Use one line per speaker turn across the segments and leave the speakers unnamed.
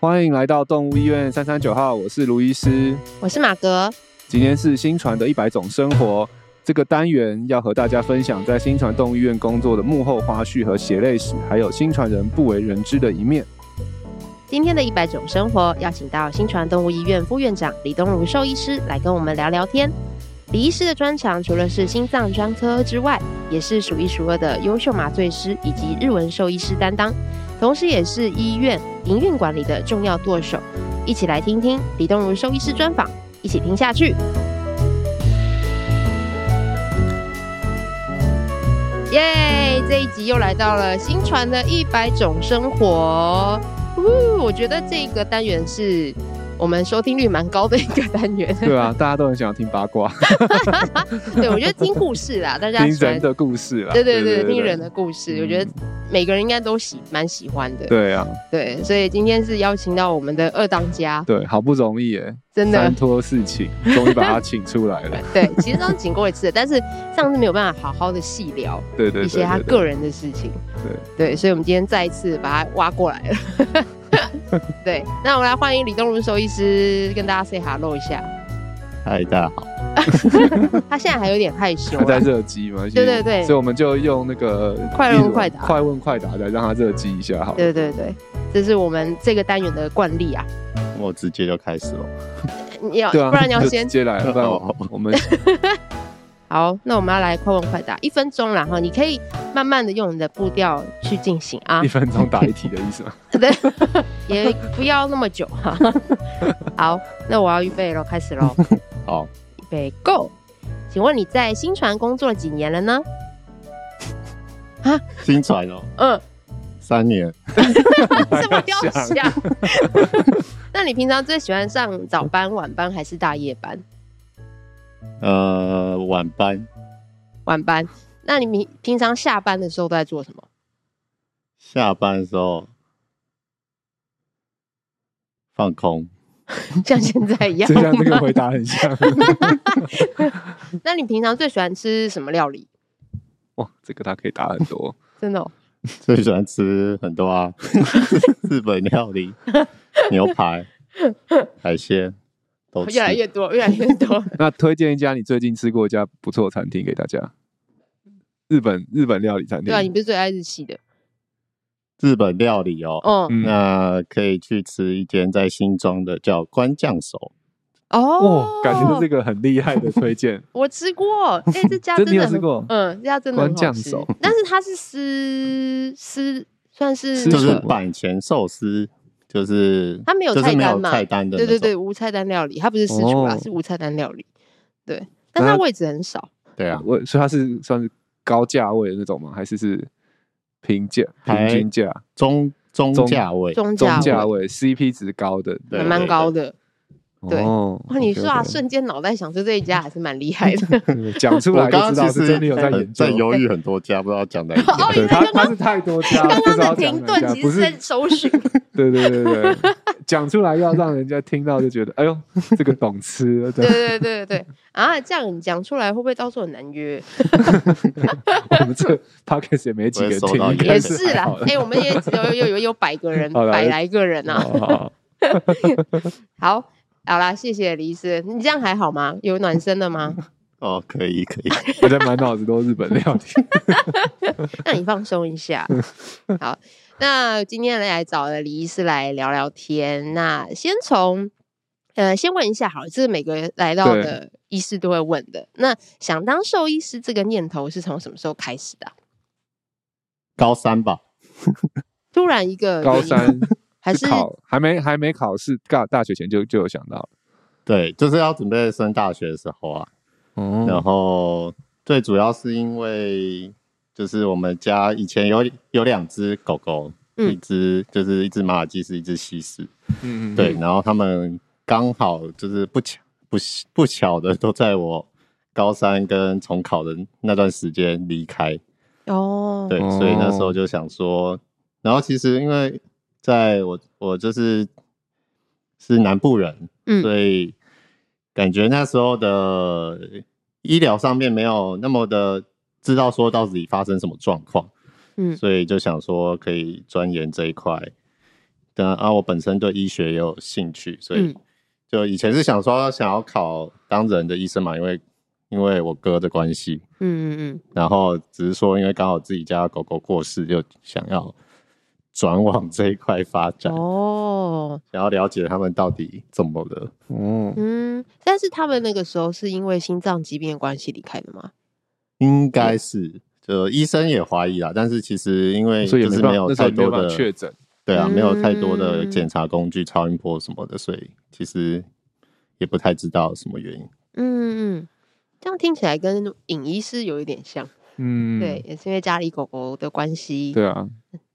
欢迎来到动物医院三三九号，我是卢医师。
我是马格，
今天是新传的一百种生活这个单元，要和大家分享在新传动物医院工作的幕后花絮和血泪史，还有新传人不为人知的一 面。
今天的一百种生活邀请到新传动物医院副院长李东如兽医师来跟我们聊聊天。李医师的专长除了是心脏专科之外，也是数一数二的优秀麻醉师以及日文兽医师担当，同时也是医院营运管理的重要舵手。一起来听听李东如兽医师专访，一起听下去。耶！这一集又来到了新传的一百种生活。呜，我觉得这个单元是我们收听率蛮高的一个单元。
对啊，大家都很想听八卦，
对，我觉得听故事啦，大 家
听
喜欢
人，的故事啊啦。
对对对，听人的故事，
嗯
我觉得每个人应该都喜蛮喜欢的。
对啊，
对，所以今天是邀请到我们的二当家，
对，好不容易耶，
真的
三拖四请，终于把他请出来 了。
对，其实刚请过一次，但是上次没有办法好好的细聊
对对对对对，
一些他个人的事情。对所以我们今天再一次把他挖过来了。 对，那我们来欢迎李东如兽医师跟大家 say hello 一下。
嗨，大家好。
他现在还有点害羞啊
他在
啦，
热机嘛，
对对对
所以我们就用那个
快问快答
快问快答来让他热机一下好了。
对对对，这是我们这个单元的惯例啊。
我直接就开始了。
你要，
对啊，
不 然你要
就
先
直接来，不
哦
然我我们
好，那我们要来快问快答，一分钟啦哈，你可以慢慢的用你的步调去进行啊
一，分钟打一题的意思嘛。
对，也不要那么久哈。 好，那我要预备喽，开 始喽，
好，
预备 Go。请问你在新传工作了几年了呢？
新传哦，
嗯，
三年
啊这么雕
还要
像。 那你平常最喜欢上早班、晚班还是大夜班？
呃晚班，
晚班。那你平平常下班的时候都在做什么？
下班的时候放空，
像现在一样
就像 这个
吗？
回答很像。
那你平常最喜欢吃什么料理？
哇，这个他可以答很多。
真的、哦，
最喜欢吃很多啊， 日本料理、 牛排、海鲜都吃
越。来越多， 越来越 多。
那推荐一家你最近吃过一家不错的餐厅给大家。日本日本料理餐厅，
对啊，你不是最爱日系的？
日本料理哦，
哦、
嗯
那可以去吃一间在新庄的叫关酱手，
哦
哇，，感觉这个很厉害的推 荐。
我 吃过，哎、这家
真的
真的
你有
很
吃过
嗯，这家真的很好
关酱
吃
手，
但是它是湿湿，算是
私
就
厨
是板前寿司，就是
它没有
就是
菜
没有
单嘛？
菜单的那
对
种，
对对，无菜单料理，它不是私厨啦，
哦
是无菜单料理。对，但
那
它位置很少，
对啊，
我所以它是算是高价位的那种吗？还是是平价平
还
均价
中中
中
价位，
中
中
价
价位 CP 值高的？
对
还蛮高的。对
哦
哇，你
OK，OK
说啊，瞬间脑袋想出这一家还是蛮厉害 的。
讲出来
我
就
刚刚
知道
其
是
实
真的有在研
很
究
在。犹豫很多家，不知道讲哪一家。
对
原来
他
哦刚刚
他是太多家，
刚
不
刚
知道
的
讲
停
哪
顿
家
其
不
实是
是
在 搜寻，
对对对对对，讲出来要让人家听到就觉得，哎呦，这个懂吃了，
对
对，
对对对对啊，这样你讲出来会不会到时候很难约？
我们这 podcast 也没几个人
我也收
听，
到
应该
也
是
是
还
啦
好，的
哎、我们也只有有有有百个人，
好啦嗯
百来个人啊。
好好好
好，好啦，谢谢李医师，你这样还好吗？有暖身 了吗？
哦，可以可以，
我在满脑子都是日本 料理，
那你放松一下。好，那今天来找了李医师来聊聊天。那先从呃，先问一下好了，这是每个来到
对
的医师都会问的。那想当兽医师这个念头是从什么时候开始的啊、
高三吧，
突然一个
高
原因
三
还
是
是
考还没还没考试，大大学前就就有想到了，
对，就是要准备升大学的时候啊。然
哦，
后最主要是因为，就是我们家以前有有两只狗狗，
嗯
一只就是一只马尔济斯，一只西施，
嗯
对，
嗯
然后他们刚好就是不巧不不巧的都在我高三跟重考的那段时间离开，
哦，
对，
哦
所以那时候就想说，然后其实因为在我我就是是南部人，
嗯，
所以感觉那时候的医疗上面没有那么的知道说到底发生什么状况，
嗯
所以就想说可以钻研这一块，对啊，啊，我本身对医学也有兴趣，所以
嗯
就以前是想说想要考当人的医生嘛，因为因为我哥的关系，
嗯嗯
然后只是说因为刚好自己家的狗狗过世，就想要转往这一块发展，
嗯，哦，
想要了解他们到底怎么了。
嗯，
嗯，但是他们那个时候是因为心脏疾病的关系离开的吗？
应该是，就医生也怀疑啦，但是其实因为
哦所以也
就
没
是
办
没
法，
有
那时候
太
也没
多
有办法确
的，
诊。
对啊，没有太多的
嗯
检查工具、超音波什么的，所以其实也不太知道什么原因。
嗯嗯，这样听起来跟影医师有一点像，
嗯，
对，也是因为家里狗狗的关系，
对啊，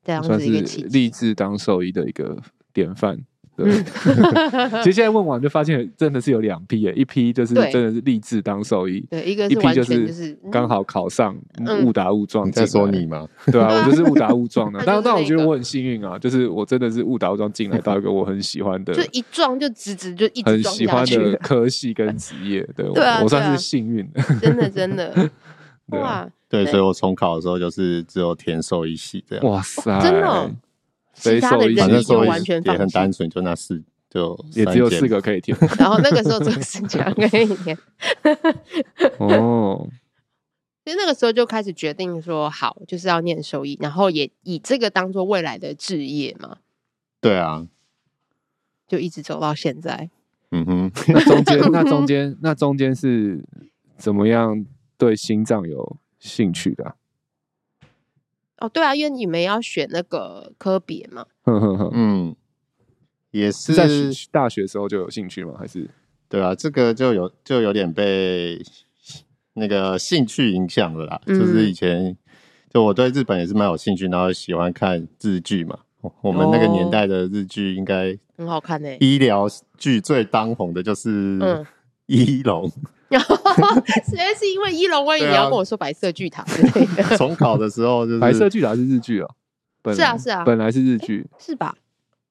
这样
算
子一个
是
契
立
机。嗯
志当兽医的一个典范。对， 其实现在问完就发现真的是有两批耶，一批就是
对
真的是立志当兽医，
对，一个
一
是
批
完
就
全就是是
刚
好，
好考上，
嗯
误打误撞
你
进来。
在说你吗？
对啊，我就是误打误撞的
他。就
但
是
但我
那
觉得
个
我很幸运啊，就是我真的是误打误撞进来到一个我很喜欢的
嗯就、一撞就直直就一直
很
撞
喜欢
下去
的
了，
科系跟职业。对，我
对啊
我
对
算
啊
是幸运的。
真的真的，
对啊
哇，
对，
对
所以我重考的时候就是只有填兽医系这样，
哇塞，
真的哦
所
其
以
他
兽
的
医
人
反正
力
系
就
兽医
完全
也很
放弃
单。纯，就那四就
也只有
三间
四个可以 填
然后那个 时候就是这样，跟你讲
哦。
所以那个时候就开始决定说，好，就是要念兽医，然后也以这个当做未来的置业嘛，
对啊，
就一直走到现在。
嗯哼，
那中间，那中间，那中间是怎么样对心脏有兴趣的啊、
哦，对啊，因为你们要选那个科别嘛，
哼哼哼，
嗯，也
是
是
在学大学时候就有兴趣吗？还是
对啊，这个就有就有点被那个兴趣影响了啦。
嗯
就是以前就我对日本也是蛮有兴趣，然后喜欢看日剧嘛。我我们那个年代的日剧，应该
很好看 呢、
医疗剧最当红的就是
嗯
《医龙》
然后实在是因为一龙，万一你
对啊
要跟我说白色巨塔之类的，
重考的时候就是
白色巨塔是日剧哦？本
是啊
来
是啊
本来是日剧，
是吧？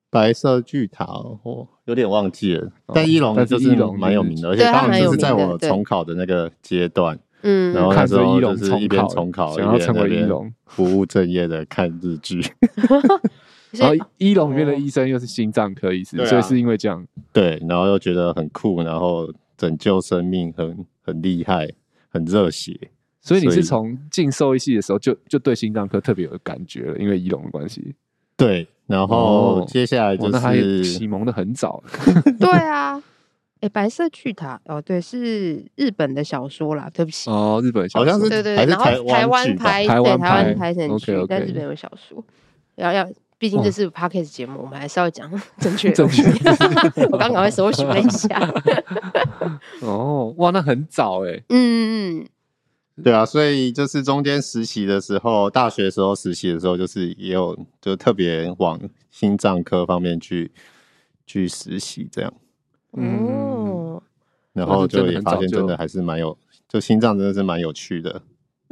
白色巨塔，我有点忘记了。
哦
但一龙呢
但是
就是
一龙
蛮有名的，而且
对它
当
蛮
然
有
就是在
名的
我
对
重考的那个阶段，
嗯，
然后那
看
时
着一
候
龙
就是一边重
重考
考，
想要
一边
成为
那边
一龙
不务正业的看日剧。
所
然后
以哦
一龙里面的医生又是心脏科医师，
对啊
所以是因为这样，
对，然后又觉得很酷，然后拯救生命很很厉害，很热血。
所以你
所
是
以
从进兽医系的时候就就对心脏科特别有感觉了，因为一龙的关系。
对，然后
哦
接下来
哇
就
那他也
是
启蒙的很早，
对啊，哎、白色巨塔哦，对，是日本的小说啦，对不起，
哦，日本小
好像
说
对
是
对，
还
对然
是
后台
台湾
湾
剧吧
拍，
台
对
湾
台湾
拍
拍成剧
OK，OK，
但日本有小说，要要，毕竟这是 podcast 节目，我们还是要讲 正确的
正
东西
确。
我刚赶快搜寻了一下，
哦，哇，那很早哎、
嗯嗯
对啊，所以就是中间实习的时候，大学时候实习的时候，就是也有就特别往心脏科方面去去实习这样，
嗯，
嗯
哦，
然后
就真
就
的
也
很
发
早
现
就
真的还是蛮有，就心脏真的是蛮有趣的，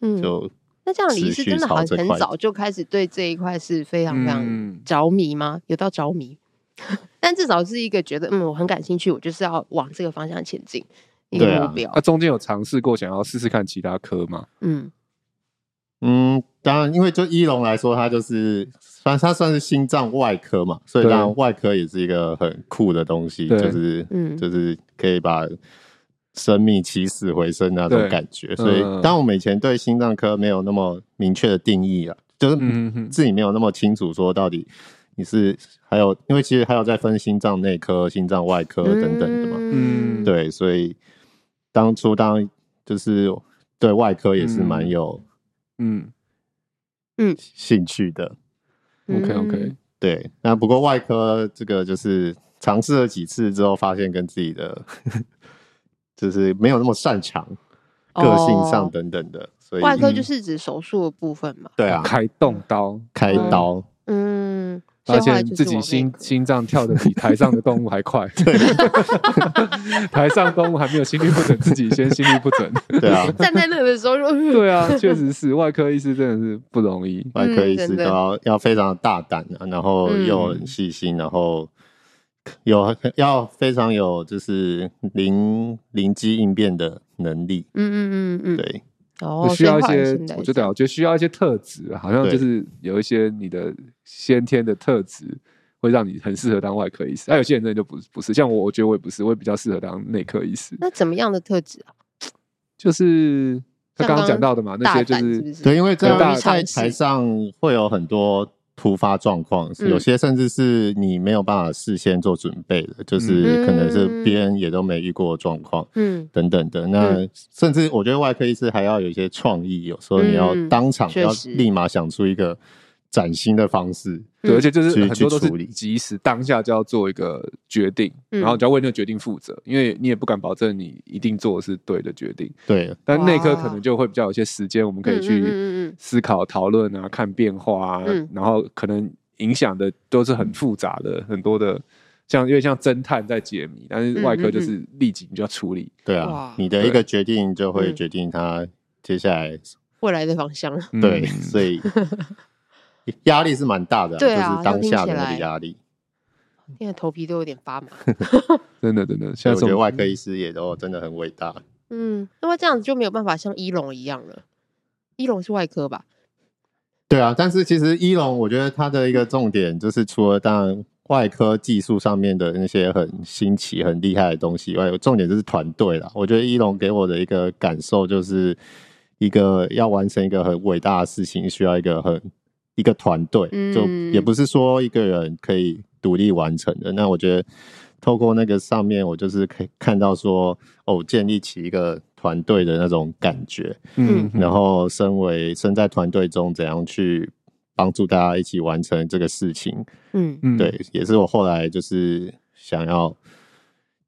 嗯，
就
那这样李医
持
师
续
真的好像
朝这
很
块
早就开始对这一块是非常非常
嗯
着迷吗？有到着迷？ 但至少是一个觉得，嗯，我很感兴趣，我就是要往这个方向前进一
对
个
啊
目标
那、。中间有尝试过想要试试看其他科吗？
嗯
嗯，当然，因为就一龙来说，它就是算它算是心脏外科嘛，所以
对啊
当然外科也是一个很酷的东西，
对
就是
嗯
就是可以把生命起死回生那种
对
感觉。所以
嗯，
当我们以前对心脏科没有那么明确的定义啊，就是
嗯哼
自己没有那么清楚说到底你是还有，因为其实还有在分心脏内科、心脏外科呃等等的嘛。
嗯
对，
对，所以当初当就是对外科也是蛮
嗯
有
嗯
兴趣的。
嗯
，OK OK，
对，那不过外科这个就是尝试了几次之后，发现跟自己的 就是没有那么擅长，
哦
个性上等等的，所以
外科就嗯
嗯
是指手术的部分嘛。
对啊，
开动刀，
开刀，
嗯，
发
所以后来
现
就是
自己
往内
心
科
心脏跳的 比台上的动物还快， 台上动物还没有心律不整，自己先心律不 整。
对啊，
站在那的时候就，
对啊，确实是外科医师真的是不容易。
外科医
真
师都
的
要要非常大胆啊，然后又
嗯
很细心，然后有要非常有就是灵灵机应变的能力，
嗯嗯嗯嗯，
对，
哦，
需要一
所以
些
后来现在，
我觉得啊，我觉得需要一些特质，好像
对
就是有一些你的先天的特质，会让你很适合当外科医师。那、啊有些人真的就不不是，像我，我觉得我也不是，我也比较适合当内科医师。
那怎么样的特质啊？
就是他
像
刚
刚
刚讲到的嘛，那
大
些就
胆
是
是不是？
对，因为这
很大
样
的
在
尝试
台上会有很多突发状况，
嗯
有些甚至是你没有办法事先做准备的，就是可能是别人也都没遇过的状况。
嗯，
等等的，那甚至我觉得外科医师还要有一些创意，有时候你要
嗯
当场
确
要
实嗯
立马想出一个崭新的方式，
对，而且就是
去
很多都
去处
是
理
及时当下就要做一个决定，
嗯
然后你就要为那个决定负责，因为你也不敢保证你一定做的是对的决定。
对，
但内科
哇
可能就会比较有一些时间，我们可以
嗯嗯
去
嗯嗯
思考、讨论啊，看变化啊，
嗯
然后可能影响的都是很复杂的，很多的。像因为像侦探在解谜，但是
嗯
外科
嗯
就是立即你就要处理，
对
哇
啊，你的一个决定就会
嗯
决定他接下来，
未来的方向。
嗯
对，所以压力是蛮大的啊，
对啊
就是当
这样听
下的那
起来
个压力。
现在头皮都有点发麻。
真的真的，像
所以我
什
觉得
么
外科医师也都真的很伟大，
嗯，那么这样子就没有办法像一龙一样了。一龙是外科吧？
对啊。但是其实一龙，我觉得他的一个重点就是除了当然外科技术上面的那些很新奇、很厉害的东西以外，重点就是团队啦。我觉得一龙给我的一个感受就是。一个要完成一个很伟大的事情，需要一个很一个团队，
嗯
就也不是说一个人可以独立完成的。那我觉得透过那个上面，我就是可以看到说，哦，建立起一个团队的那种感觉，
嗯，
然后身为身在团队中，怎样去帮助大家一起完成这个事情，
嗯，
嗯
对，也是我后来就是想要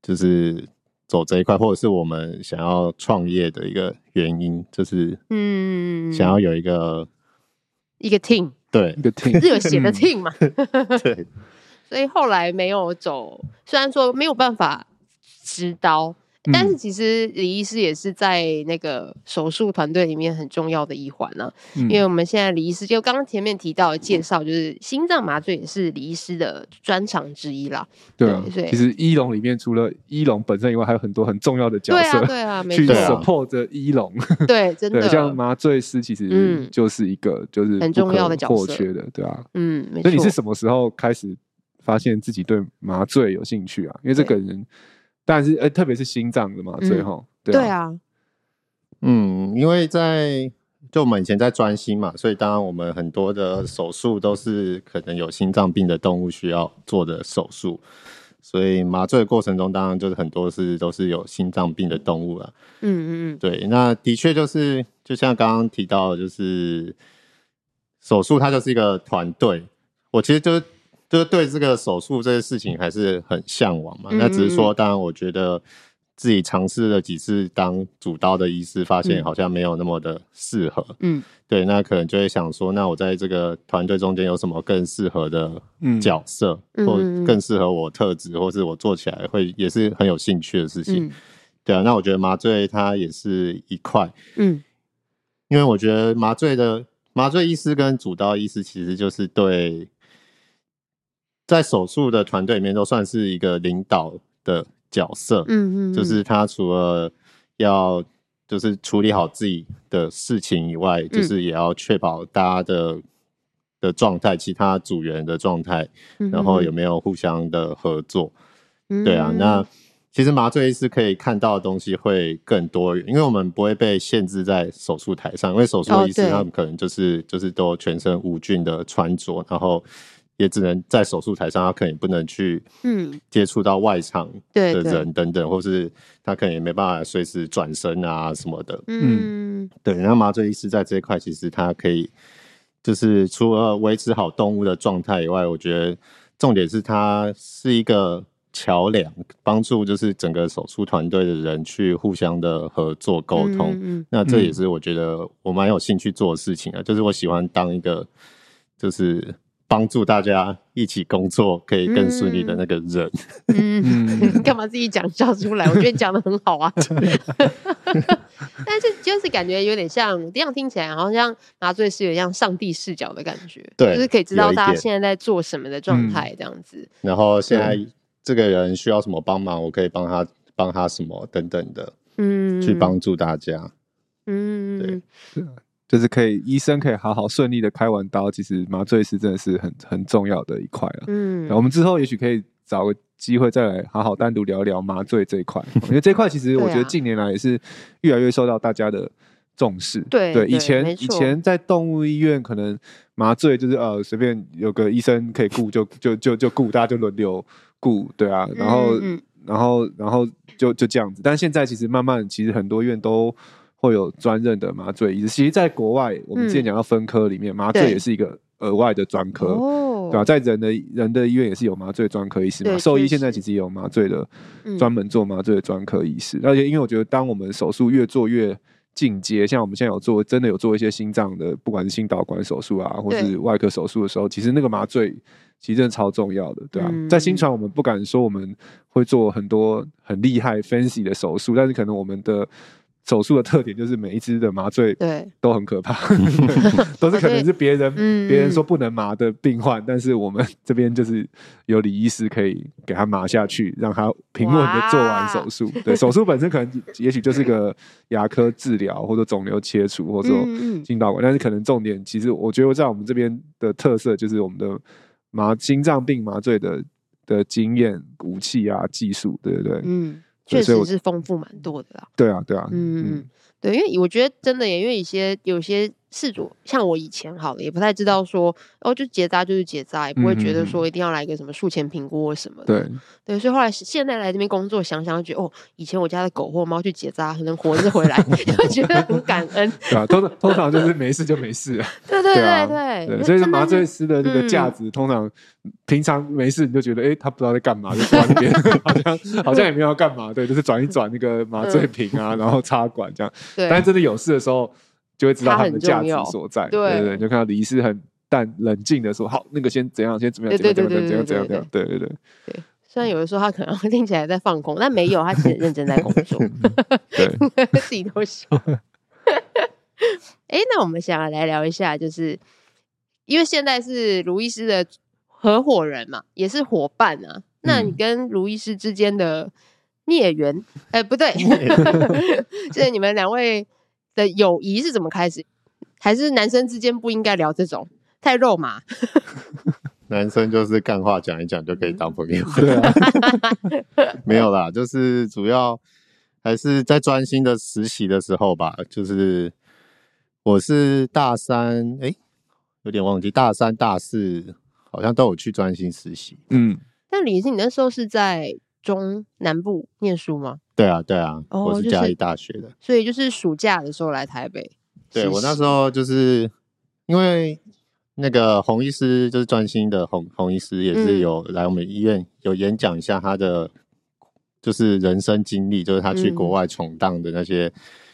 就是走这一块，或者是我们想要创业的一个原因，就是
嗯
想要有一个、
一个 team
对
一个 team
热血的 team 嘛，
对
所以后来没有走，虽然说没有办法执刀，
嗯
但是其实李医师也是在那个手术团队里面很重要的一环呢、
嗯
因为我们现在李医师就刚刚前面提到的介绍，就是心脏麻醉也是李医师的专长之一啦。
对啊
对所以，
其实一龙里面除了一龙本身以外，还有很多很重要的角
对啊，
色
对啊，没
去
错，
对啊
support 着一龙。
对，真
对，
的，
像麻醉师其实
嗯
就是一个就是
很
不
重
可
要的角
或
色
缺的，对啊。
嗯，没
所以你
错
是，什么时候开始发现自己对麻醉有兴趣啊？因为这个人，但是呃，特别是心脏的麻醉
嗯
哈，
对
啊，
啊，
嗯，因为在就我们以前在专心嘛，所以当然我们很多的手术都是可能有心脏病的动物需要做的手术，所以麻醉的过程中，当然就是很多是都是有心脏病的动物了。啊
嗯嗯
对，那的确就是，就像刚刚提到的，就是手术它就是一个团队。我其实就是就是对这个手术这些事情还是很向往嘛。
嗯
那只是说，当然我觉得自己尝试了几次当主刀的医师，发现
嗯
好像没有那么的适合。
嗯
对，那可能就会想说，那我在这个团队中间有什么更适合的
嗯
角色，
嗯
或
嗯嗯
更适合我特质，或是我做起来会也是很有兴趣的事情。
嗯
对啊，那我觉得麻醉它也是一块。
嗯
因为我觉得麻醉的麻醉医师跟主刀医师其实就是对在手术的团队里面都算是一个领导的角色，
嗯嗯，
就是他除了要就是处理好自己的事情以外，
嗯
就是也要确保大家的的状态，其他组员的状态，
嗯
然后有没有互相的合作。对啊，
嗯
那其实麻醉医师可以看到的东西会更多元，因为我们不会被限制在手术台上，因为手术
哦
医师
对
他们可能就是、就是都全身无菌的穿着，然后也只能在手术台上，他可能也不能去
嗯
接触到外场
对
的
对
人等等，或是他可能也没办法随时转身啊什么的。
嗯
对，那麻醉医师在这一块，其实他可以就是除了维持好动物的状态以外，我觉得重点是他是一个桥梁，帮助就是整个手术团队的人去互相的合作沟通。
嗯
那这也是我觉得我蛮有兴趣做的事情啊，就是我喜欢当一个就是帮助大家一起工作可以更顺利的那个人。
嗯，
嗯，
干嘛自己讲笑出来？我觉得你讲的很 好啊， 但是就是感觉有点像，这样听起来好像麻醉师有点像上帝视角的感觉，就是可以知道大家现在在做什么的
嗯
状态，这样子，
然后现在
嗯
这个人需要什么帮忙，我可以帮他帮他什么等等的。
嗯，
去帮助大家。
嗯，
就是可以医生可以好好顺利的开完刀，其实麻醉师真的是很很重要的一块啊了。
嗯
然后我们之后也许可以找个机会再来好好单独聊聊麻醉这一块，因为这一块 其实我觉
对
得
啊
近年来也是越来越受到大家的重视。
对
对，
对
以前
没
以
错
前在动物医院可能麻醉就是呃随便有个医生可以顾就就就就顾，大家就轮流顾，对啊，然后
嗯嗯
然后然后就就这样子。但现在其实慢慢，其实很多院都会有专任的麻醉医师。其实，在国外，我们之前讲到分科里面，麻醉
嗯对
也是一个额外的专科。
哦
对啊吧、在人的人的医院也是有麻醉专科医师嘛，
对
兽医
确
现在其
实
实也有麻醉的
嗯
专门做麻醉的专科医师。而且，因为我觉得，当我们手术越做越进阶，像我们现在有做真的有做一些心脏的，不管是心导管手术啊，或
对
是外科手术的时候，其实那个麻醉其实真的超重要的，对啊。
嗯
在新传，我们不敢说我们会做很多很厉害 fancy 的手术，但是可能我们的手术的特点就是每一支的麻醉
对，
都很 可怕，都是可能是别人
嗯
别人说不能麻的病患，但是我们这边就是有李医师可以给他麻下去，让他平稳的做完手术。对，手术本身可能也许就是个牙科治疗或者肿瘤切除或者说
嗯嗯
心导管，但是可能重点其实我觉得在我们这边的特色就是我们的麻心脏病麻醉的的经验、武器啊、技术，对对对，
嗯，
对
确
所以
实
我
是丰富蛮多的啦。
对啊，对啊，
嗯，嗯，对，因为我觉得真的耶，因为一些有些事主，像我以前好了，也不太知道说，哦，就结扎就是结扎，也不会觉
嗯
得
嗯嗯
说一定要来个什么术前评估或什么的。
对，
对所以后来是现在来这边工作，想想就觉得，哦，以前我家的狗或猫去结扎，可能活着回 来，就会觉得很感恩。
对啊，通常通常就是没事就没事啊。
对对
对啊
对
对，
那嗯
所以
真的
麻醉
是
师的这个价值，通常平常没事你就觉得，哎，他不知道在干嘛，就坐在 那边，好像好像也没有要干嘛，对，就是转一转那个麻醉瓶啊，然后插管这样。但是
对
真的有事的时候，就会知道
它
他
很
们的价
重要
值所在。
对
对对，你就看到李医师很淡冷静的说，好，那个先怎样，先怎么样，怎么
对
样，怎
对
么样，怎么样，怎
对
么样，对对对。
虽然有的时候他可能 听起来在放空，但没有，他其实很认真在工作。
对
自己都笑。哎、那我们想要来聊一下，就是因为现在是卢医师的合伙人嘛，也是伙伴啊。那你
嗯
跟卢医师之间的孽缘，哎、不对，就是你们两位的友谊是怎么开始？还是男生之间不应该聊这种太肉麻？
男生就是干话讲一讲就可
嗯
以当朋友，
对 啊，
没有啦，就是主要还是在专心的实习的时候吧。就是我是大三，诶，有点忘记，大三、大四好像都有去专心实习。
嗯，
但李医师，你那时候是在中南部念书吗？
对啊，对啊，
哦
我
就是是
嘉义大学的。
所以就是暑假的时候来台北实习。
对我那时候就是因为那个洪医师，就是专心的洪洪医师，也
嗯
是有来我们医院有演讲一下他的就是人生经历，就是他去
嗯
国外闯荡的那些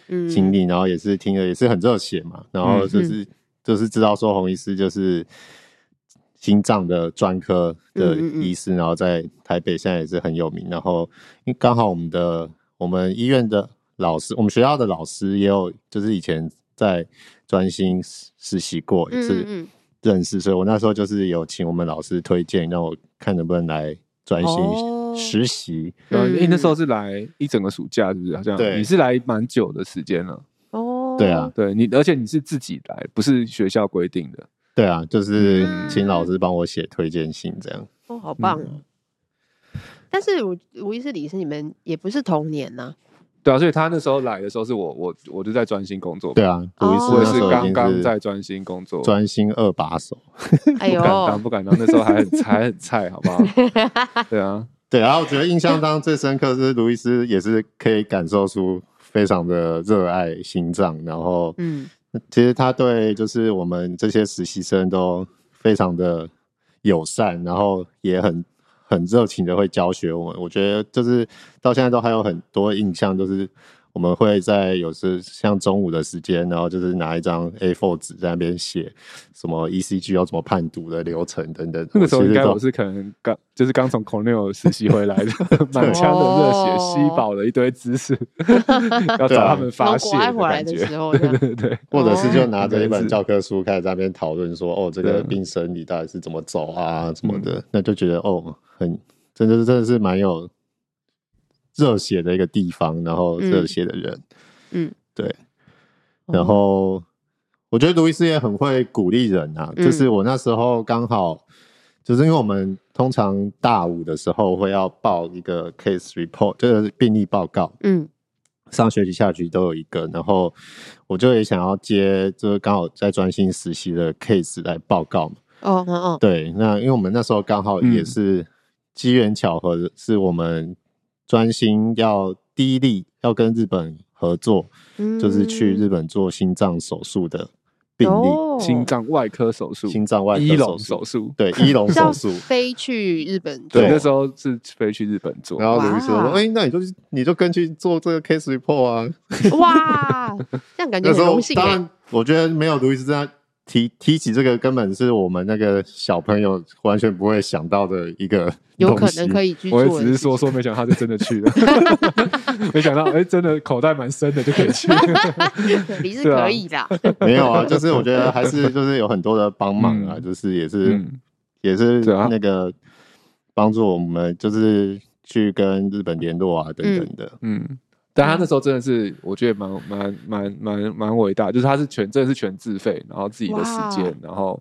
嗯
经历，然后也是听了也是很热血嘛，然后就是、就是知道说洪医师就是。心脏的专科的
嗯嗯嗯
医师，然后在台北现在也是很有名。然后因为刚好我们的我们医院的老师，我们学校的老师也有，就是以前在专心实实习过，
嗯
也
嗯
是
嗯
认识，所以我那时候就是有请我们老师推荐，让我看能不能来专心
哦
实习。
然后
嗯
你那时候是来一整个暑假，是不是？好像
对
你是来蛮久的时间了。
哦，
对啊，
对你，而且你是自己来，不是学校规定的。
对啊，就是
嗯
请老师帮我写推荐信这样。
哦，好棒哦！
嗯
但是我无疑是李是你们也不是同年 呐、
对啊，所以他那时候来的时候是我我我就在专心工作，
对，啊，
哦
吴医师
我
那
也
时
是
候已
刚
经
刚
是
在专心工作，不
专心二把手。
哎呦
敢，当不敢当，那时候还很还很菜，好不好？对 啊，
对，然后我觉得印象当中最深刻是卢医师也是可以感受出非常的热爱心脏，然后
嗯，
其实他对就是我们这些实习生都非常的友善，然后也很很热情的会教学我们。我觉得就是到现在都还有很多印象，就是我们会在有时像中午的时间，然后就是拿一张 A4 纸在那边写什么 ECG 要怎么判读的流程等等。
那个时候
其
应
实
该
都
我是可能刚就是刚从 Cornell 实习回 来的，满腔的热血，
哦
吸饱了一堆知识，要找
啊
他们发
从
泄
国
的
外回来
感
的
觉。
时候，这
对
样
对对，
或者是就
哦
拿着一
应该
本
是
教科书开始在那边讨论说，哦，这
对
个
啊
病生理到底是怎么走啊，什
嗯
么的，那就觉得哦，很真的是真的是蛮有热血的一个地方，然后
嗯
热血的人，
嗯，
对，然后我觉得卢医师也很会鼓励人啊，
嗯
就是我那时候刚好，就是因为我们通常大五的时候会要报一个 case report，就是病例报告，
嗯
上学期、下学期都有一个，然后我就也想要接，就是刚好在专心实习的 case 来报告嘛。
哦哦哦，
对，那因为我们那时候刚好
嗯
也是机缘巧合，是我们专心要第一例要跟日本合作，
嗯
就是去日本做心脏手术的病例，
哦
心脏外科手术、
心脏外科
医
手
龙
术，
手术。
对，医龙
是要
手术。
飞去日本做
对，
对
那时候是飞去日本做
然，后卢医师说
哇：“
哎、那你就你就跟去做这个 case report 啊。
哇，这样”感觉
那时
很
候
荣幸
当
哎。
然，我觉得没有卢医师这样提提起这个，根本是我们那个小朋友完全不会想到的一个
有可能可
以。
以去做
我
的事
也
情。
只是说说，没想到他就真的去了， 没想到哎、真的口袋蛮深的就可以去。
你 是
对啊
可以的。
没有啊，就是我觉得还是就是有很多的帮忙啊，
嗯
就是也是、
嗯，
也是
对啊
那个帮助我们，就是去跟日本联络啊等等的。
嗯，但他那时候真的是，我觉得蛮蛮蛮蛮蛮伟大，就是他是全真的是全自费，然后自己的时间
哇，
然后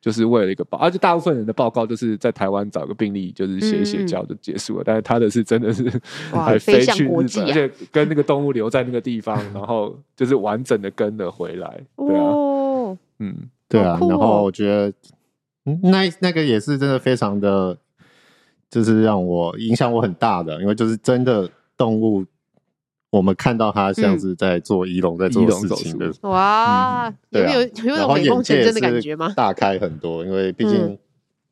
就是为了一个报，而且大部分人的报告就是在台湾找个病例，就是写一
嗯
写
嗯
交就结束了，但是他的是真的是
哇
还
飞
飞
向
去日
国
本，
际啊
而且跟那个动物留在那个地 方，然后就是完整的跟了回来，对啊，
哦，
嗯，
对
好
啊，
酷哦
然后我觉得嗯那那个也是真的非常的，就是让我影响我很大的，因为就是真的动物，我们看到它
嗯
像是在做仪容在做
医龙
事
手
情
术
的，
哇，有
对
没
啊
有有没
然
有
后
美
眼
梦成
界
真的感
是
觉吗？
大开很多，因为毕竟
嗯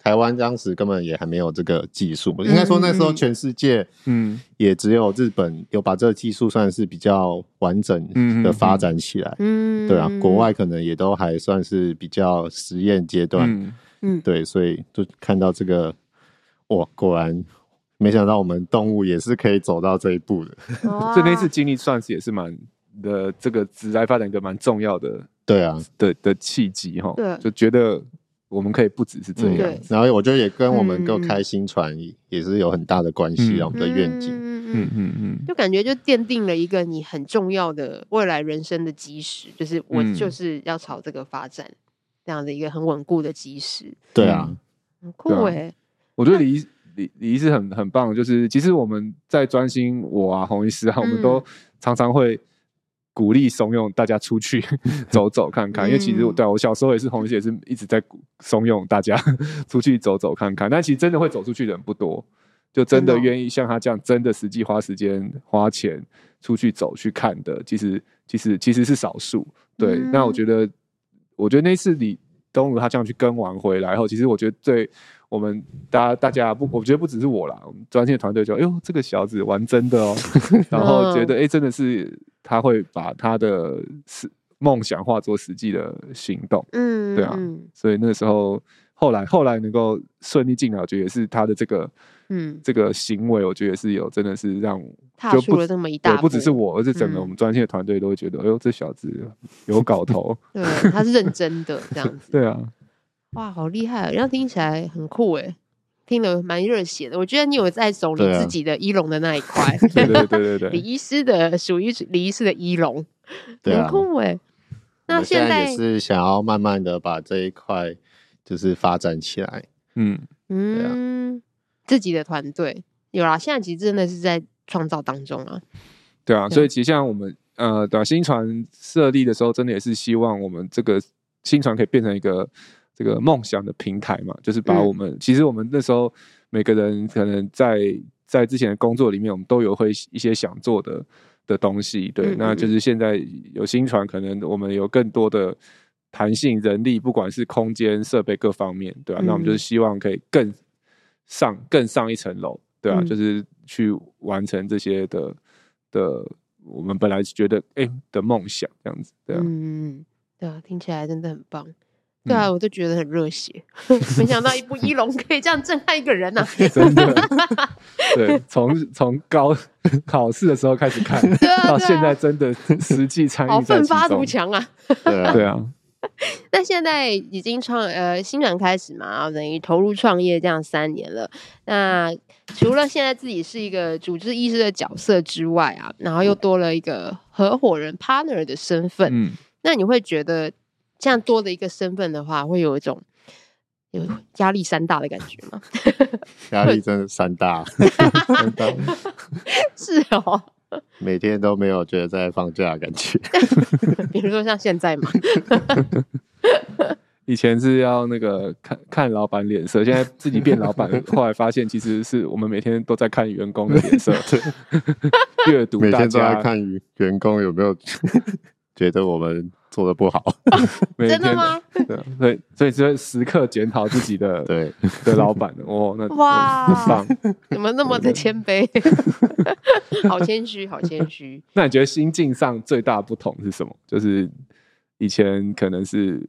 台湾当时根本也还没有这个技术，应该
嗯
说那时候全世界，
嗯，
也只有日本有把这个技术算是比较完整的发展起来。
嗯，
对啊，国外可能也都还算是比较实验阶段，
嗯
嗯，
对，啊所以就看到这个，哇，果然没想到我们动物也是可以走 到这一步的。
嗯所以那
哇
次经历算是也是蛮的，这个职来发展一个蛮重要的
对啊，
的的契机哈，
对
就觉得我们可以不只是这样
嗯
对，
然后我觉得也跟我们
嗯
够开新船也是有很大的关系啊，我们的愿景。
嗯
嗯嗯嗯，
就感觉就奠定了一个你很重要的未来人生的基石，就是我
嗯
就是要朝这个发展，这样的一个很稳固的基石，
对啊，
很酷
对啊
哎，
我觉得李医李李医师很很棒，就是其实我们在专心我啊洪医师啊，我
嗯
们都常常会。鼓励怂恿大家出去 走走看看，因为其实我
嗯
对啊我小时候也是洪医师，也是一直在鼓怂恿大家 出去走走看看。但其实真的会走出去的人不多，就真
真的
的
哦
愿意像他这样，真的实际花时间花钱出去走去看的，其实其实其实是少数。对，
嗯
那我觉得，我觉得那次李东如他这样去跟完回来后，其实我觉得对我们大家大家不，我觉得不只是我啦，我们专业团队就哎呦这个小子玩真的 哦，然后觉得
嗯
哎、真的是他会把他的实梦想化作实际的行动，
嗯，
对啊
嗯
所以那时候后来后来能够顺利进来，我觉得也是他的这个
嗯，
这个行为，我觉得也是有真的是让
踏
就
出
不
了
止
这么一大
对
步，
不只是我，而是整个
嗯
我们专业团队都会觉得，哎呦这小子有搞 头，
对，他 是认真的这样子，
对啊，
哇，好厉害！然后听起来很酷哎，听得蛮热血的。我觉得你有在走你
对啊
自己的一龙的那一块，
对对对对对，
李医师的属于李医师的一龙，
对
很
啊，我
酷哎。那
们现
在
也是想要慢慢的把这一块就是发展起来。
嗯。
啊
嗯，自己的团队有啦，现在其实真的是在创造当中啊。
对啊，
对
所以其实像我们呃，对、啊、新船设立的时候，真的也是希望我们这个新船可以变成一个这个梦想的平台嘛，就是把
嗯
我们、其实我们那时候每个人可能在在之前的工作里面，我们都有会一些想做的的东西，对，
嗯嗯
那就是现在有新船，可能我们有更多的。弹性、人力，不管是空间、设备各方面，对啊，那我们
嗯
就是希望可以更上、更上一层楼，对啊，
嗯
就是去完成这些的的我们本来觉得哎、诶的梦想这样子，对啊，
嗯，对啊，听起来真的很棒。
嗯
对啊，我都觉得很热血， 没想到一部一龙可以这样震撼一个人呐、 啊！
真的， 对，从从高考试的时候开始看，
对啊
到
对啊
现在真的实际参
好
与在
奋
其
发图
中，
强啊！
对啊，
对啊，
那现在已经创呃新人开始嘛，然后等于投入创业这样三年了。那除了现在自己是一个主治医师的角色之外
嗯
啊，然后又多了一个合伙人 partner 的身份，
嗯。
那你会觉得这样多的一个身份的话，会有一种有压力山大的感觉吗？
压力真的山大， 山大
是哦，
每天都没有觉得在放假的感觉。
比如说像现在嘛，
以前是要那个看看老板脸色，现在自己变老板，后来发现其实是我们每天都在看员工的 脸色，阅读
每
大
天都在
家，
看员工有没 有觉得我们做的不好。
每
真的
天
吗？
对啊所以所以就会时刻检讨自己的
对，
的老板哦，那
哇
很棒。
怎么那么的谦卑？ 好谦虚，好谦虚。
那你觉得心境上最大的不同是什么？就是以前可能是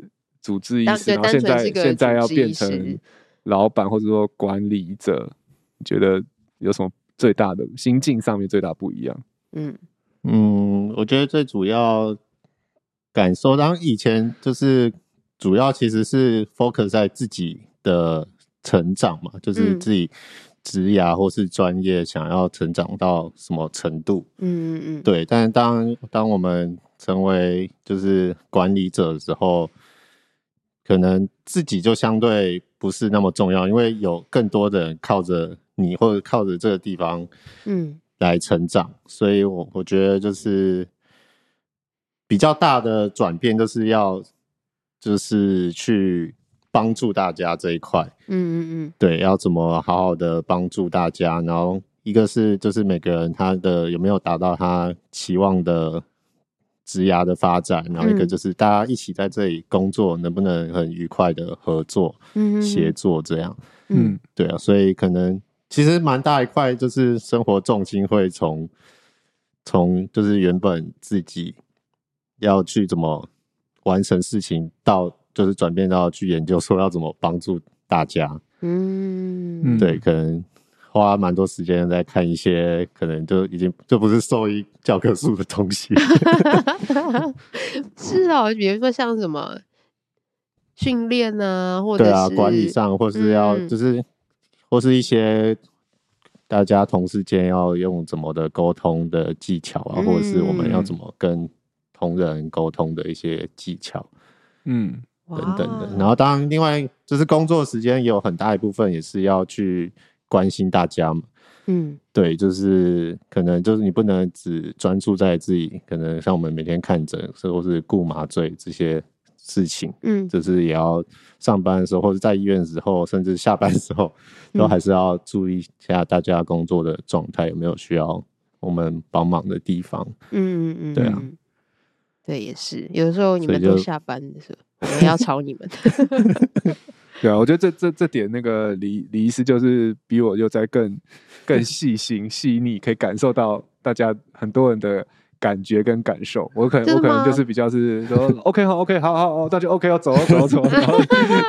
主治医
当
师，
对
然后现
单纯
在
是个
现在要
主治医
变成
师
老板或者说管理者，你觉得有什么最大的心境上面最大不一样？
嗯
嗯，我觉得最主要感受，当然以前就是主要其实是 focus 在自己的成长嘛，就是
嗯
自己职涯或是专业想要成长到什么程度。
嗯嗯，
对，但当当我们成为就是管理者的时候，可能自己就相对不是那么重要，因为有更多的人靠着你或者靠着这个地方
嗯
来成长，所以我我觉得就是比较大的转变，就是要就是去帮助大家这一块。
嗯嗯
对，要怎么好好的帮助大家？然后一个是就是每个人他的有没有达到他期望的职涯的发展，然后一个
嗯
就是大家一起在这里工作，能不能很愉快的合作、
嗯嗯，
协作这样？
嗯，
对啊，所以可能其实蛮大一块就是生活重心会从从就是原本自己要去怎么完成事情，到就是转变到去研究说要怎么帮助大家。
嗯
对，可能花蛮多时间在看一些可能就已经就不是兽医教科书的东西。
是哦，比如说像什么训练啊，或者是
对啊，管理上或是要
嗯
就是、或是一些大家同事间要用怎么的沟通的技巧
嗯
啊，或者是我们要怎么跟同仁沟通的一些技巧
嗯
哇
等等的。然后当然，另外就是工作时间也有很大一部分也是要去关心大家嘛。
嗯
对，就是可能就是你不能只专注在自己，可能像我们每天看诊，或是顾麻醉这些事情，
嗯
就是也要上班的时候，或者在医院的时候，甚至下班的时候，都
嗯
还是要注意一下大家工作的状态有没有需要我们帮忙的地方。
嗯嗯，
对啊
嗯，对，也是有的时候你
所以
们都
就
下班的时候，我们要吵你们，
对啊，我觉得这这这点那个李李医师就是比我又在更更细心细腻，可以感受到大家很多人的感觉跟感受。我可能
真
我
的
可
吗
能就是比较是说 OK 好 OK 好好哦，那就 OK 哦，走哦走哦走哦。然后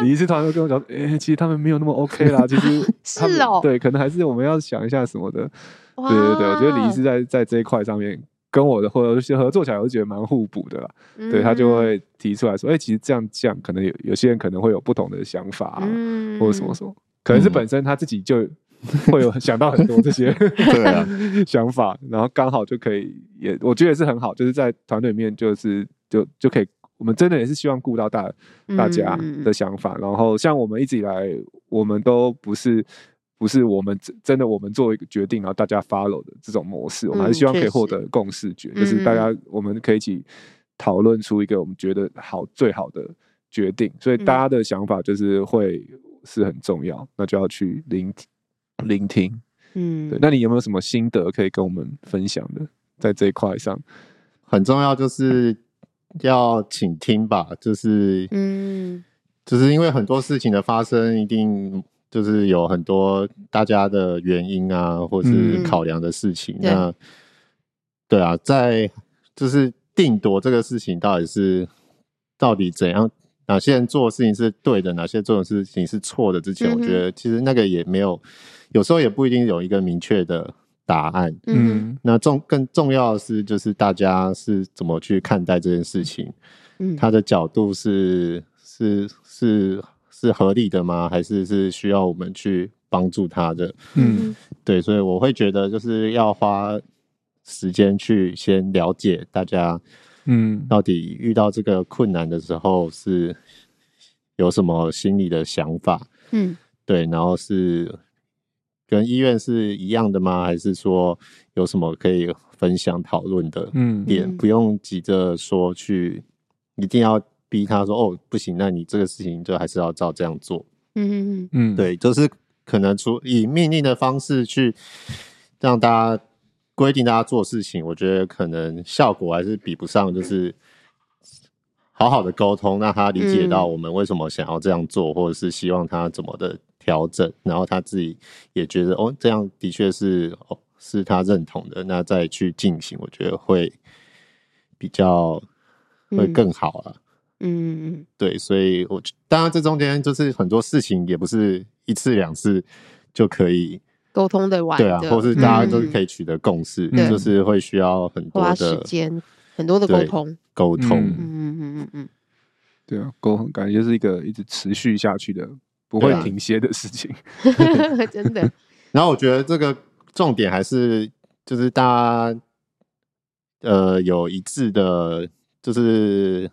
李医师突然就跟我讲，诶、其实他们没有那么 OK 啦，其实
是
他们
哦
对，可能还是我们要想一下什么的。
哇
对对对，我觉得李医师在在这一块上面跟我的或者是合作起来，我就觉得蛮互补的啦。对他
嗯
就会提出来说，哎、其实这样这样，可能有有些人可能会有不同的想法、啊，
嗯
或者什么什么，可
嗯
能是本身他自己就 会有想到很多这些
对啊，
想法，然后刚好就可以也我觉得也是很好，就是在团队里面就是就就可以，我们真的也是希望顾到大大家
嗯嗯嗯
的想法，然后像我们一直以来，我们都不是。不是我们真真的我们做一个决定，然后大家 follow 的这种模式，我们还是
嗯
希望可以获得共识决，就
确实
是大家我们可以一起讨论出一个我们觉得好最好的决定，所以
嗯
大家的想法就是会是很重要，那就要去聆听聆听。
嗯，
对，那你有没有什么心得可以跟我们分享的？在这一块上，
很重要就是要倾听吧，就是
嗯
就是因为很多事情的发生，一定就是有很多大家的原因啊，或是
嗯
考量的事情。
对
那对啊，在就是定夺这个事情到底是到底怎样，哪些人做的事情是对的，哪些做的事情是错的之前，
嗯哼
我觉得其实那个也没有，有时候也不一定有一个明确的答案。
嗯
那重更重要的是，就是大家是怎么去看待这件事情。
嗯，
他的角度是是是是合理的吗？还是是需要我们去帮助他的？
嗯
对，所以我会觉得就是要花时间去先了解大家
嗯，
到底遇到这个困难的时候是有什么心理的想法？
嗯
对，然后是跟医院是一样的吗？还是说有什么可以分享讨论的
嗯
点？
嗯
不用急着说去，一定要逼他说哦，不行，那你这个事情就还是要照这样做。
嗯嗯
嗯，，
对，就是可能出以命令的方式去让大家规定大家做事情，我觉得可能效果还是比不上，就是好好的沟通，让他理解到
嗯
我们为什么想要这样做，或者是希望他怎么的调整，然后他自己也觉得哦，这样的确是哦是他认同的，那再去进行，我觉得会比较会
嗯
更好啊。
嗯嗯
对，所以我觉当然这中间就是很多事情也不是一次两次就可以，
沟通的完
对啊，
的
或是大家都
嗯
可以取得共识，
对
就是会需要很多
花时
的
间很多的沟
对
通，
沟通
嗯。
嗯嗯嗯嗯
对啊，沟通感觉就是一个一直持续下去的，不会
对啊
停歇的事情。
嗯，真的，
然后我觉得这个重点还是就是大家呃有一致的，就是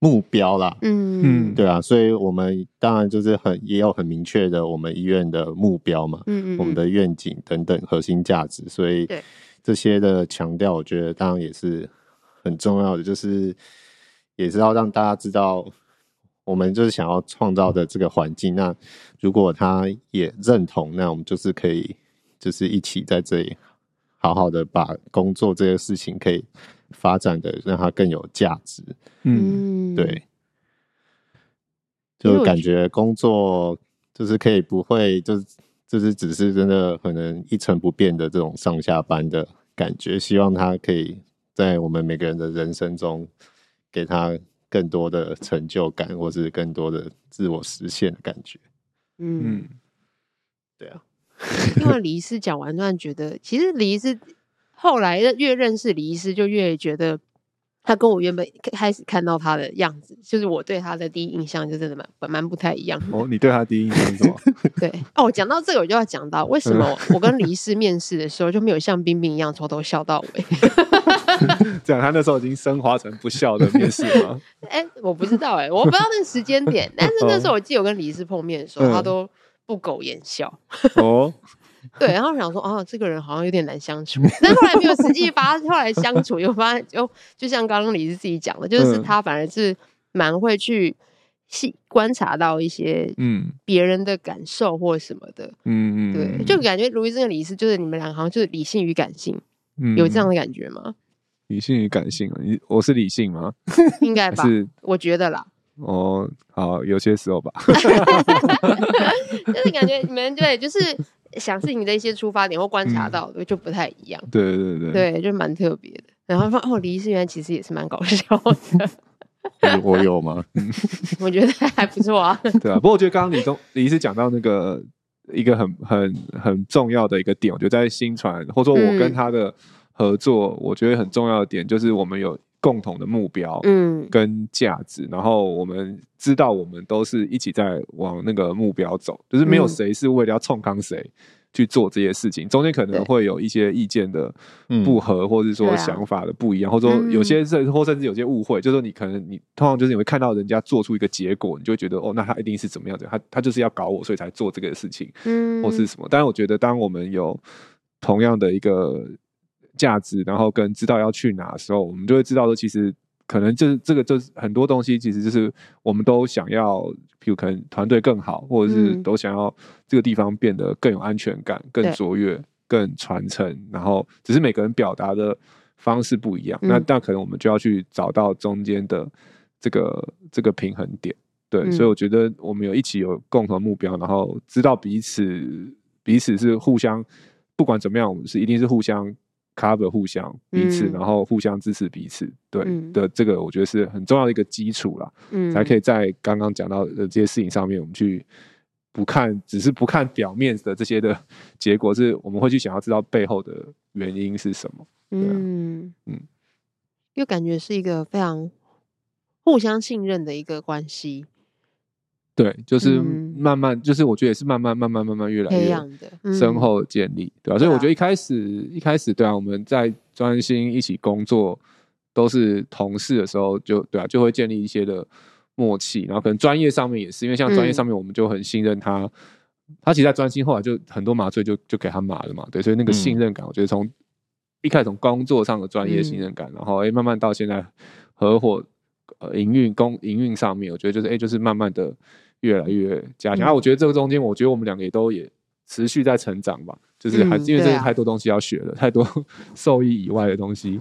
目标啦，
嗯
嗯
对啊，所以我们当然就是很也有很明确的我们医院的目标嘛，
嗯嗯，
我们的愿景等等核心价值，所以
对
这些的强调，我觉得当然也是很重要的，就是也是要让大家知道，我们就是想要创造的这个环境。那如果他也认同，那我们就是可以，就是一起在这里好好的把工作这个事情可以发展的让它更有价值，
嗯
嗯
对。
因为
就
我
感
觉
觉工作就是可以不会，就是就是只是真的可能一成不变的这种上下班的感觉。希望他可以在我们每个人的人生中，给他更多的成就感，或是更多的自我实现的感觉。
嗯，
嗯
对啊，
听完李医师讲完，突然觉得，其实李医师后来越认识李医师，就越觉得他跟我原本开始看到他的样子，就是我对他的第一印象，就真的蛮蛮不太一样的。
哦，你对他第一印象是什么？
对，哦，讲到这个，我就要讲到为什么我跟李医师面试的时候就没有像冰冰一样从头笑到尾。
这样，他那时候已经升华成不笑的面试 吗？
哎、我不知道哎、我不知道那个时间点，但是那时候我记得我跟李医师碰面的时候，
嗯
他都不苟言笑。
哦，
对，然后想说，哦，这个人好像有点难相 处，但后来没有实际发，后来相处又发现，就就像刚刚李是自己讲的，就是
嗯
他反而是蛮会去细观察到一些
嗯
别人的感受或什么的，
嗯嗯，
对，就感觉卢医生跟李斯就是你们俩好像就是理性与感性，有这
嗯
样的感觉吗？
理性与感性啊。你我是理性吗？
应
还
该吧，
是
我觉得啦，
哦，好，有些时候吧。
就是感觉你们对，就是想事情的一些出发点或观察
嗯
到的就不太一样，
对对对，
对，就蛮特别的。然后说哦，李医师原来其实也是蛮搞 笑的，
我我有吗？
我觉得还不错啊。
对啊，不过我觉得刚刚李宗李医师讲到那个一个很很很重要的一个点，我觉得在新传或者说我跟他的合作，我觉得很重要的点就是我们有共同的目标。
嗯
跟价值，然后我们知道我们都是一起在往那个目标走，就是没有
嗯
谁是为了要冲康谁去做这些事情，中间可
对
能会有一些意见的
嗯
不合，或者是
对
说
啊嗯
想法的不一样，或者说有些甚或甚至有些误会，就是说你可能你通常就是你会看到人家做出一个结果，你就会觉得哦，那他一定是怎么样的，他他就是要搞我，所以才做这个事情，
嗯，
或是什么。但是我觉得，当我们有同样的一个价值，然后跟知道要去哪的时候，我们就会知道说，其实可能就是这个就是很多东西，其实就是我们都想要，比如可能团队更好，或者是
嗯
都想要这个地方变得更有安全感、更
对
卓越、更传承，然后只是每个人表达的方式不一样。那
嗯
那可能我们就要去找到中间的这个这个平衡点。对，
嗯
所以我觉得我们有一起有共同目标，然后知道彼此彼此是互相，不管怎么样，我们是一定是互相 cover 互相彼此，
嗯
然后互相支持彼此。对、
嗯
的，这个我觉得是很重要的一个基础啦，
嗯
才可以在刚刚讲到的这些事情上面，我们去。不看，只是不看表面的这些的结果，是我们会去想要知道背后的原因是什么。对啊
嗯嗯
嗯，
又感觉是一个非常互相信任的一个关系
对，就是
嗯
慢慢，就是我觉得也是慢慢、慢慢、慢慢越来
培
越
养的，嗯
身后建立，对吧、所以
对啊
我觉得一开始一开始对啊，我们在专心一起工作都是同事的时候就，对啊，就会建立一些的默契。然后可能专业上面也是，因为像专业上面我们就很信任他，他其实在专心，后来就很多麻醉就就给他麻了嘛，对，所以那个
嗯
信任感，我觉得从一开始从工作上的专业信任感，然后哎、慢慢到现在合伙呃营运公营运上面，我觉得就是哎、就是慢慢的越来越加强。
嗯
啊，我觉得这个中间，我觉得我们两个也都也持续在成长吧，就是还、
嗯
因为这
对
是
啊
太多东西要学了，太多 受益以外的东西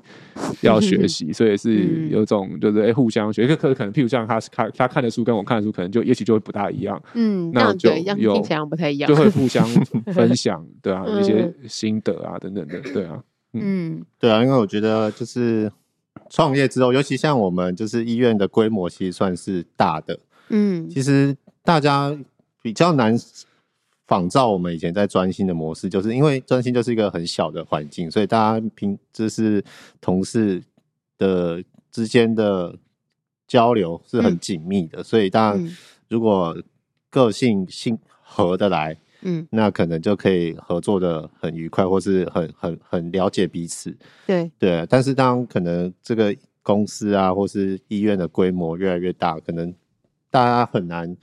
要 学习，所以是
嗯
有种就是哎、互相学，可可可能譬如像他看他看的书跟我看的书，可能就也许就会不大一样。
嗯，
那
样子
就
一样
有
听起来不太一样
就。会互相分享，对 啊，
嗯
一些心得啊等等的，对啊，
嗯
对啊，因为我觉得就是创业之后，尤其像我们就是医院的规模，其实算是大的。
嗯
其实大家比较难仿照我们以前在专心的模式，就是因为专心就是一个很小的环境，所以大家平就是同事的之间的交流是很紧密的，所以
啊
大家
嗯
如果个性性合得来，
嗯，
那可能就可以合作的很愉快，或是很很很了解彼此。
对，
对，啊但是当可能这个公司啊，或是医院的规模越来越大，可能大家很难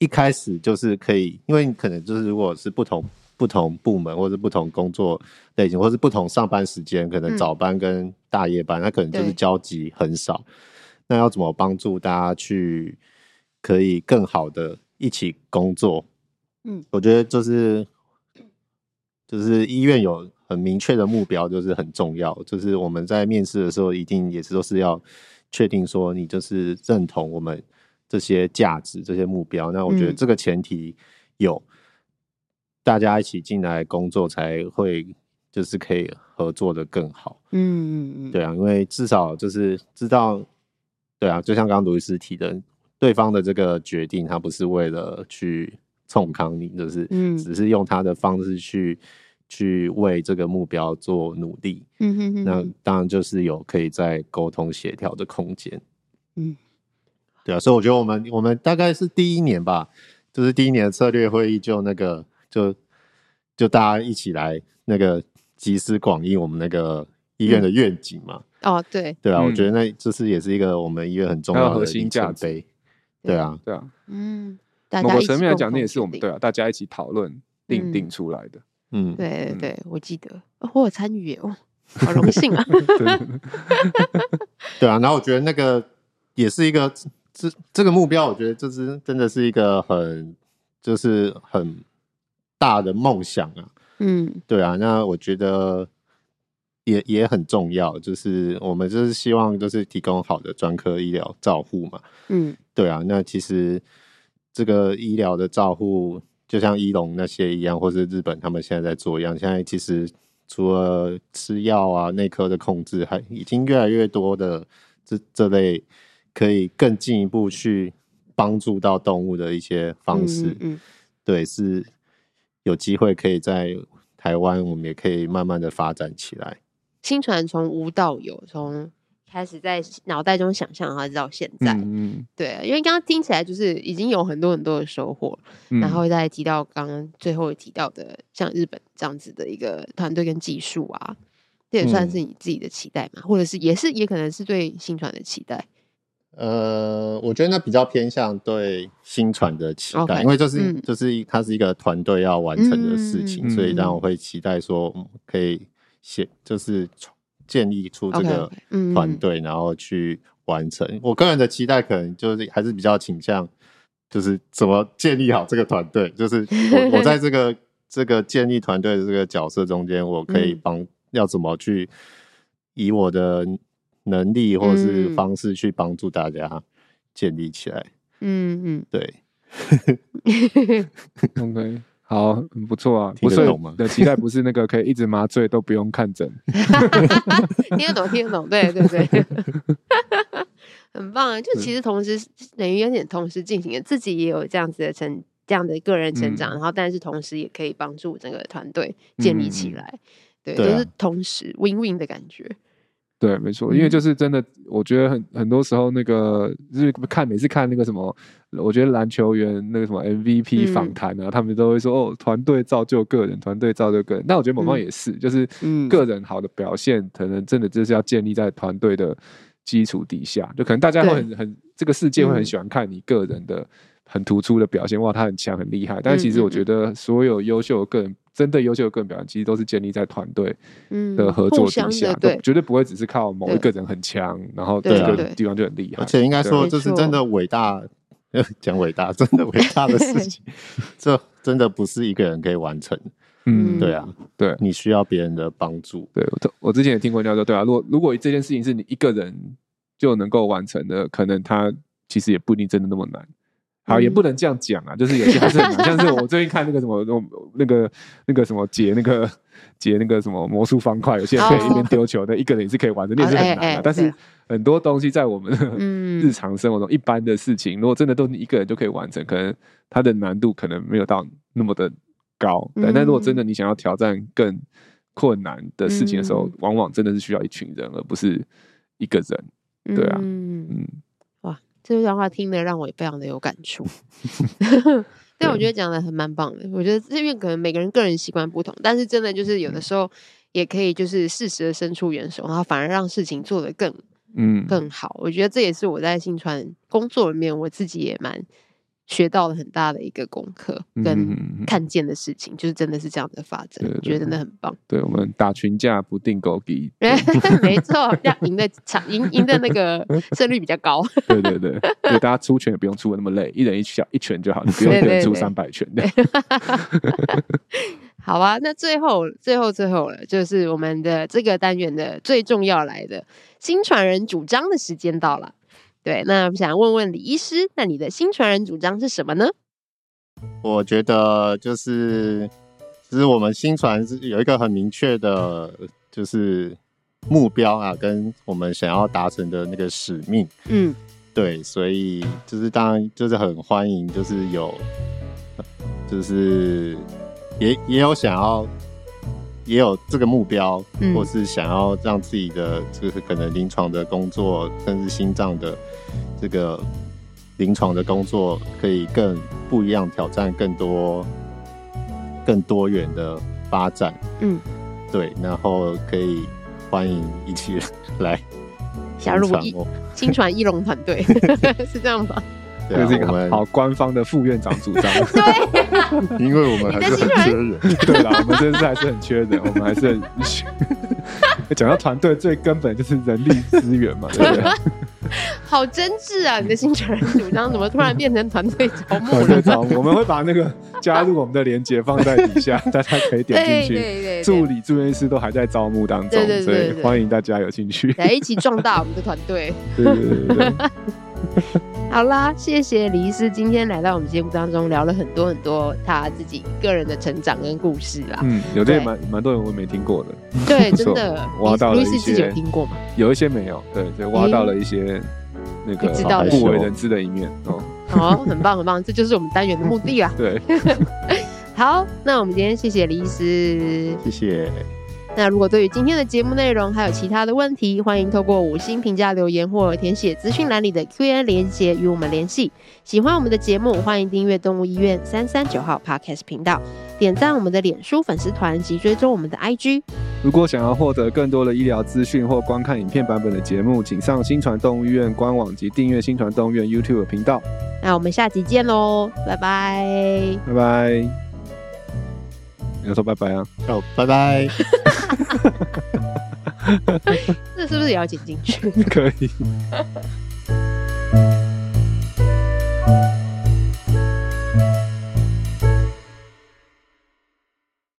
一开始就是可以，因为你可能就是如果是不同不同部门，或是不同工作类型，或是不同上班时间，可
嗯
能早班跟大夜班，那、可能就是
对
交集很少。那要怎么帮助大家去可以更好的一起工作？
嗯，
我觉得就是就是医院有很明确的目标，就是很重要。就是我们在面试的时候，一定也是都是要确定说你就是认同我们这些价值、这些目标。那我觉得
嗯
这个前提有、大家一起进来工作，才会就是可以合作的更好。
嗯嗯嗯，
对啊，因为至少就是知道，对啊，就像刚刚卢医师提的，对方的这个决定，他不是为了去冲康你，就是
嗯
只是用他的方式去去为这个目标做努力。
嗯哼哼
那
哼，
当然就是有可以在沟通协调的空间。
嗯，
对啊，所以我觉得我们我们大概是第一年吧，就是第一年的策略会议就那个就就大家一起来那个集思广益我们那个医院
嗯
的愿景嘛。
哦对，
对啊，
嗯
我觉得那就是也是一个我们医院很重
还有
要
核
的
心
里
价
程
值
碑。对啊，
对啊，
嗯，大
某
家
个
一
层
起
面来
共
讲，那
同
也是
决
我们
定
对啊，大家一起讨论定
嗯
定出来 的，
嗯，
对
嗯
对，我记得、哦、我有参与耶哦，好荣幸 啊！
对啊。然后我觉得那个也是一个这这个目标，我觉得这是真的是一个很就是很大的梦想啊。
嗯
对啊，那我觉得也也很重要，就是我们就是希望就是提供好的专科医疗照护嘛。
嗯
对啊，那其实这个医疗的照护，就像医龙那些一样，或是日本他们现在在做一样，现在其实除了吃药啊、内科的控制，还已经越来越多的这这类可以更进一步去帮助到动物的一些方式。
嗯嗯
对，是有机会可以在台湾，我们也可以慢慢的发展起来。
新传从无到有，从开始在脑袋中想象，然后到现在，
嗯
对，因为刚刚听起来就是已经有很多很多的收获了，
嗯
然后再提到刚刚最后提到的，像日本这样子的一个团队跟技术啊，这也算
嗯
是你自己的期待嘛，或者是也是也可能是对新传的期待，
呃，我觉得那比较偏向对新传的期待
OK，
因为就是、
嗯
就是它是一个团队要完成的事情，
嗯
所以让
嗯
我会期待说嗯可以写，就是建立出这
OK，
个
OK，嗯
团队，然后去完成。我个人的期待可能就是还是比较倾向，就是怎么建立好这个团队，就是我我在 这个这个建立团队的这个角色中间，我可以
嗯
帮、要怎么去以我的能力或是
嗯
方式去帮助大家建立起来。
嗯
对，
嗯，
OK。好，很不错啊！
听
不
得
是
懂吗
的期待，不是那个可以一直麻醉都不用看诊。
听得懂听得懂，对对对， 很棒啊！就其实同时等于有点同时进行的，自己也有这样子的成这样的个人成长，
嗯
然后但是同时也可以帮助整个团队建立起
嗯嗯嗯
来，对，
对
都
啊
是同时 win win 的感觉。
对，没错，
嗯
因为就是真的，我觉得很很多时候那个就是看每次看那个什么，我觉得篮球员那个什么 MVP
嗯
访谈啊，他们都会说哦，团队造就个人，团队造就个人。那我觉得某方面也是，就是
嗯
个人好的表现，可能真的就是要建立在团队的基础底下，就可能大家会很很这个世界会很
嗯
喜欢看你个人的。很突出的表现，哇，他很强很厉害。但是其实
嗯嗯
我觉得，所有优秀的个人，真的优秀的个人表现，其实都是建立在团队
嗯
的合
互
作
相
底下，
的
都
对，
绝对不会只是靠某一个
对
人很强，然后这
对
啊
个
对
地方就很厉害。嗯
而且应该说，
对
这是真的伟大， 呃讲伟大，真的伟大的事 情，这真的不是一个人可以完成。
嗯，
对啊，
对
你需要别人的帮助。
对，我我之前也听过人家说，对啊，如果如果这件事情是你一个人就能够完成的，可能他其实也不一定真的那么难。好，
嗯
也不能这样讲啊，就是有些还是很难。像是我最近看那个什么，那个那个什么解那个解那个什么魔术方块，有些人可以一边丢球，那一个人也是可以完成，那也是很
哦哎
难
哎
啊。但
对
是很多东西在我们的
嗯
日常生活中一般的事情，如果真的都是你一个人就可以完成，可能它的难度可能没有到那么的高。对，
嗯
但如果真的你想要挑战更困难的事情的时候，
嗯
往往真的是需要一群人，而不是一个人。对啊
嗯
嗯，
这段话听得让我也非常的有感 触。但我觉得讲的很蛮棒的，我觉得这因为可能每个人个人习惯不同，但是真的就是
嗯
有的时候也可以就是适时的伸出援手，然后反而让事情做得更
嗯，
更好。我觉得这也是我在新传工作里面我自己也蛮学到了很大的一个功课跟
嗯，
看见的事情，就是真的是这样的发展，
对对
我觉得真的很棒。
对我们打群架不定狗比，
没错，要赢的场赢赢的那个胜率比较高。
对对 对，所以大家出拳也不用出的那么累，一人一小一拳就好，你不用
对
一
对
个人出
对啊
三百拳的。
好啊，那最后最后最后了，就是我们的这个单元的最重要来的新传人主张的时间到了。对，那想问问李医师，那你的新传人主张是什么呢？
我觉得就是，其实我们新传是有一个很明确的，就是目标啊，跟我们想要达成的那个使命。
嗯，
对，所以就是当然就是很欢迎，就是有，呃就是也也有想要，也有这个目标，
嗯
或是想要让自己的就是可能临床的工作，甚至心脏的这个临床的工作，可以更不一样，挑战更多更多元的发展。
嗯，
对，然后可以欢迎一起 来
加入
新传
一
哦
新传一龙团队 是这样吗？
对啊
这是一个好
我们
好官方的副院长主张。
因为我们还是很缺人。
对啦，我们真是还是很缺人，我们还是很 缺。讲到团队最根本就是人力资源嘛，对不 对？
好真挚啊！你的新传人主张怎么突然变成团队招募
团队
了？
招，我们会把那个加入我们的链接放在底下，大家可以点进去。
对
助理、住院医师都还在招募当中
对对，对
所以
对对
欢迎大家有兴趣。
来一起壮大我们的团队。
对对对对对，
好啦，谢谢李医师今天来到我们节目当中，聊了很多很多他自己个人的成长跟故事啦。
嗯，有这
对
些蛮蛮多人我没听过的，
对，
不
真
错
的，
挖到
李
了
医
一
师自己
些
有听过吗？
有一些没有，对，就挖到了一些那个
不知道的
不为人知的一面哦。
哦，很棒很棒，这就是我们单元的目的啦。
对，
好，那我们今天谢谢李医师。
谢谢，
那如果对于今天的节目内容还有其他的问题，欢迎透过五星评价留言或填写资讯栏里的 Q&A 连接与我们联系。喜欢我们的节目，欢迎订阅动物医院三三九号 Podcast 频道，点赞我们的脸书粉丝团及追踪我们的 IG。
如果想要获得更多的医疗资讯或观看影片版本的节目，请上新传动物医院官网及订阅新传动物医院 YouTube 频道。
那我们下集见喽，拜拜。
拜拜。你要说拜拜啊？
好，拜拜。
这是不是也要剪进去？
可以。